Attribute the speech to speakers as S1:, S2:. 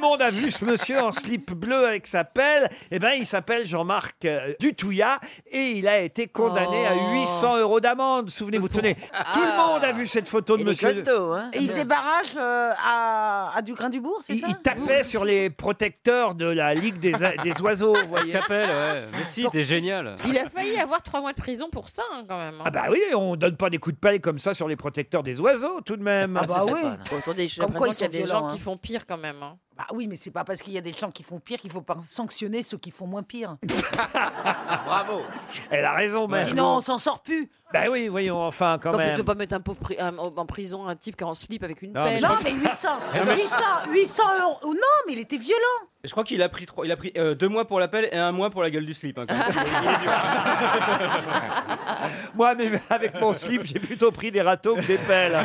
S1: monde a vu ce monsieur en slip bleu avec sa pelle. Eh ben, il s'appelle Jean-Marc euh, Dutouillat et il a été condamné
S2: Oh.
S1: à 800 euros d'amende. Souvenez-vous, tenez, tout le monde a vu cette photo de
S2: Il est
S1: monsieur.
S2: costaud, hein.
S3: Et il faisait barrage euh, à, à Ducrin du Bourg, c'est
S1: Il,
S3: ça
S1: il tapait sur les protecteurs de la Ligue des, des oiseaux, vous
S4: Il
S1: voyez.
S4: s'appelle, ouais. Mais si, t'es génial.
S5: Il a failli avoir trois mois de prison pour ça, hein, quand même. hein.
S1: Ah bah oui, on donne pas des coups de paille comme ça sur les protecteurs des oiseaux tout de même.
S3: Ah bah oui.
S5: Bon, attendez, j'ai
S3: Comme quoi,
S5: l'impression
S3: ils
S5: qu'il y a des
S3: sont violents,
S5: gens
S3: hein.
S5: qui font pire quand même. hein.
S3: Bah oui, mais c'est pas parce qu'il y a des gens qui font pire qu'il faut pas sanctionner ceux qui font moins pire.
S4: Bravo.
S1: Elle a raison, même.
S3: Sinon, on s'en sort plus.
S1: Bah oui, voyons, enfin, quand
S5: Donc, tu
S1: même.
S5: peux pas mettre un pauvre pri- un- en prison un type qui est en slip avec une
S4: Non, mais
S5: pelle.
S3: Non, mais 800, 800, 800 euros. Oh Non, mais il était violent.
S4: Je crois qu'il a pris, trois, il a pris euh, deux mois pour l'appel et un mois pour la gueule du slip. hein, quand même.
S1: Moi, mais avec mon slip, j'ai plutôt pris des râteaux que des pelles.